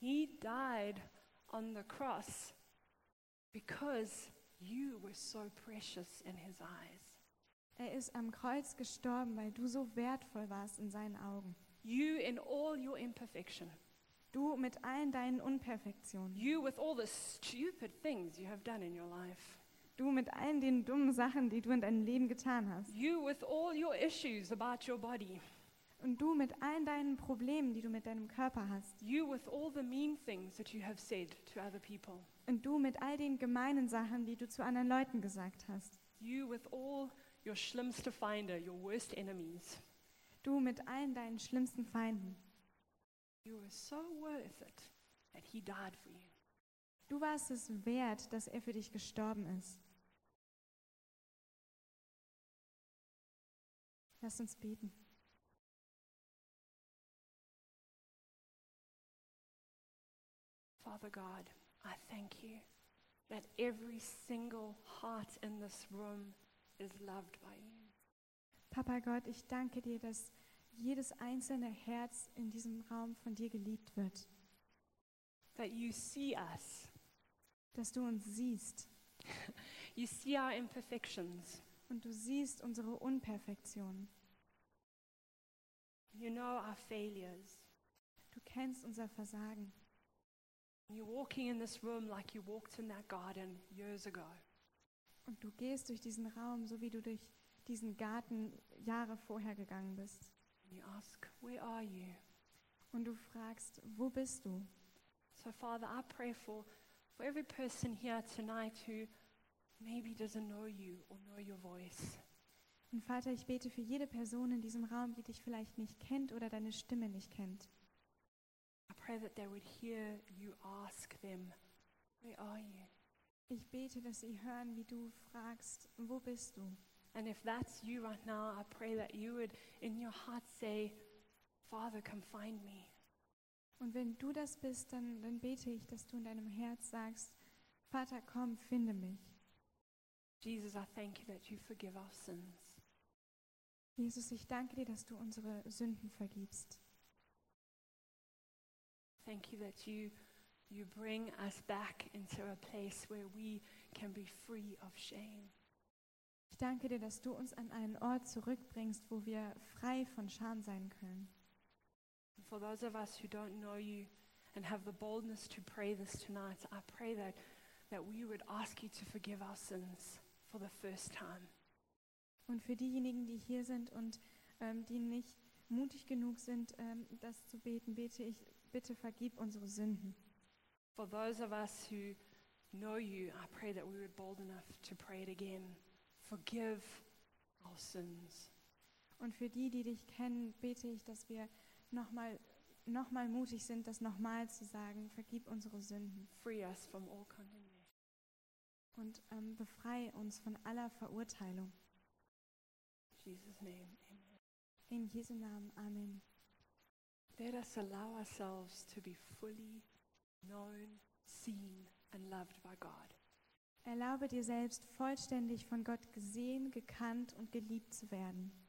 [SPEAKER 1] He died on the cross because you were so precious in his eyes.
[SPEAKER 2] Er ist am Kreuz gestorben, weil du so wertvoll warst in seinen Augen.
[SPEAKER 1] You in all your imperfection.
[SPEAKER 2] Du mit allen deinen Unperfektionen.
[SPEAKER 1] You with all the stupid things you have done in your life.
[SPEAKER 2] Du mit allen den dummen Sachen, die du in deinem Leben getan hast.
[SPEAKER 1] You with all your issues about your body.
[SPEAKER 2] und du mit allen deinen Problemen, die du mit deinem Körper hast,
[SPEAKER 1] You with all the mean things that you have said to other people.
[SPEAKER 2] und du mit all den gemeinen Sachen, die du zu anderen Leuten gesagt hast,
[SPEAKER 1] You with all your schlimmste Feinde, your worst enemies.
[SPEAKER 2] du mit allen deinen schlimmsten Feinden.
[SPEAKER 1] You were so worth it that he died for you.
[SPEAKER 2] Du warst es wert, dass er für dich gestorben ist. Lass uns beten.
[SPEAKER 1] Father God, I thank you that every single heart in this room is loved by you.
[SPEAKER 2] Papa Gott, ich danke dir, dass jedes einzelne Herz in diesem Raum von dir geliebt wird,
[SPEAKER 1] That you see us.
[SPEAKER 2] dass du uns siehst
[SPEAKER 1] You see our imperfections.
[SPEAKER 2] und du siehst unsere Unperfektionen.
[SPEAKER 1] You know our failures.
[SPEAKER 2] Du kennst unser Versagen.
[SPEAKER 1] You're walking in this room like you walked in that garden years ago.
[SPEAKER 2] Und du gehst durch diesen Raum, so wie du durch diesen Garten Jahre vorher gegangen bist.
[SPEAKER 1] And you ask, Where are you?
[SPEAKER 2] Und du fragst, wo bist du?
[SPEAKER 1] So, Father, I pray for, for every person here tonight who maybe doesn't know you or know your voice.
[SPEAKER 2] Und Vater, ich bete für jede Person in diesem Raum, die dich vielleicht nicht kennt oder deine Stimme nicht kennt.
[SPEAKER 1] I pray that they would hear you ask them, Where are you?
[SPEAKER 2] Ich bete, dass sie hören, wie du fragst, wo bist du?
[SPEAKER 1] And if that's you right now, I pray that you would, in your heart, say, Father, come find me.
[SPEAKER 2] Und wenn du das bist, dann, dann bete ich, dass du in deinem Herz sagst, Vater, komm, finde mich.
[SPEAKER 1] Jesus, I thank you that you forgive our sins.
[SPEAKER 2] Jesus, ich danke dir, dass du unsere Sünden vergibst.
[SPEAKER 1] Thank you that you, you bring us back into a place where we can be free of shame.
[SPEAKER 2] Ich danke dir, dass du uns an einen Ort zurückbringst, wo wir frei von Scham sein können.
[SPEAKER 1] And for those of us who don't know you and have the boldness to pray this tonight, I pray that, that we would ask you to forgive our sins for the first time.
[SPEAKER 2] Und für diejenigen, die hier sind und ähm, die nicht mutig genug sind, ähm, das zu beten, bete ich, bitte vergib unsere Sünden.
[SPEAKER 1] For those of us who know you, I pray that we would bold enough to pray it again. Forgive our sins.
[SPEAKER 2] Und für die, die dich kennen, bete ich, dass wir nochmal noch mal mutig sind, das nochmal zu sagen, vergib unsere Sünden.
[SPEAKER 1] Free us from all condemnation.
[SPEAKER 2] und ähm, befreie uns von aller Verurteilung.
[SPEAKER 1] In Jesus' name, amen.
[SPEAKER 2] In Jesu Namen, Amen.
[SPEAKER 1] Let us allow ourselves to be fully known, seen, and loved by God.
[SPEAKER 2] Erlaube dir selbst, vollständig von Gott gesehen, gekannt und geliebt zu werden.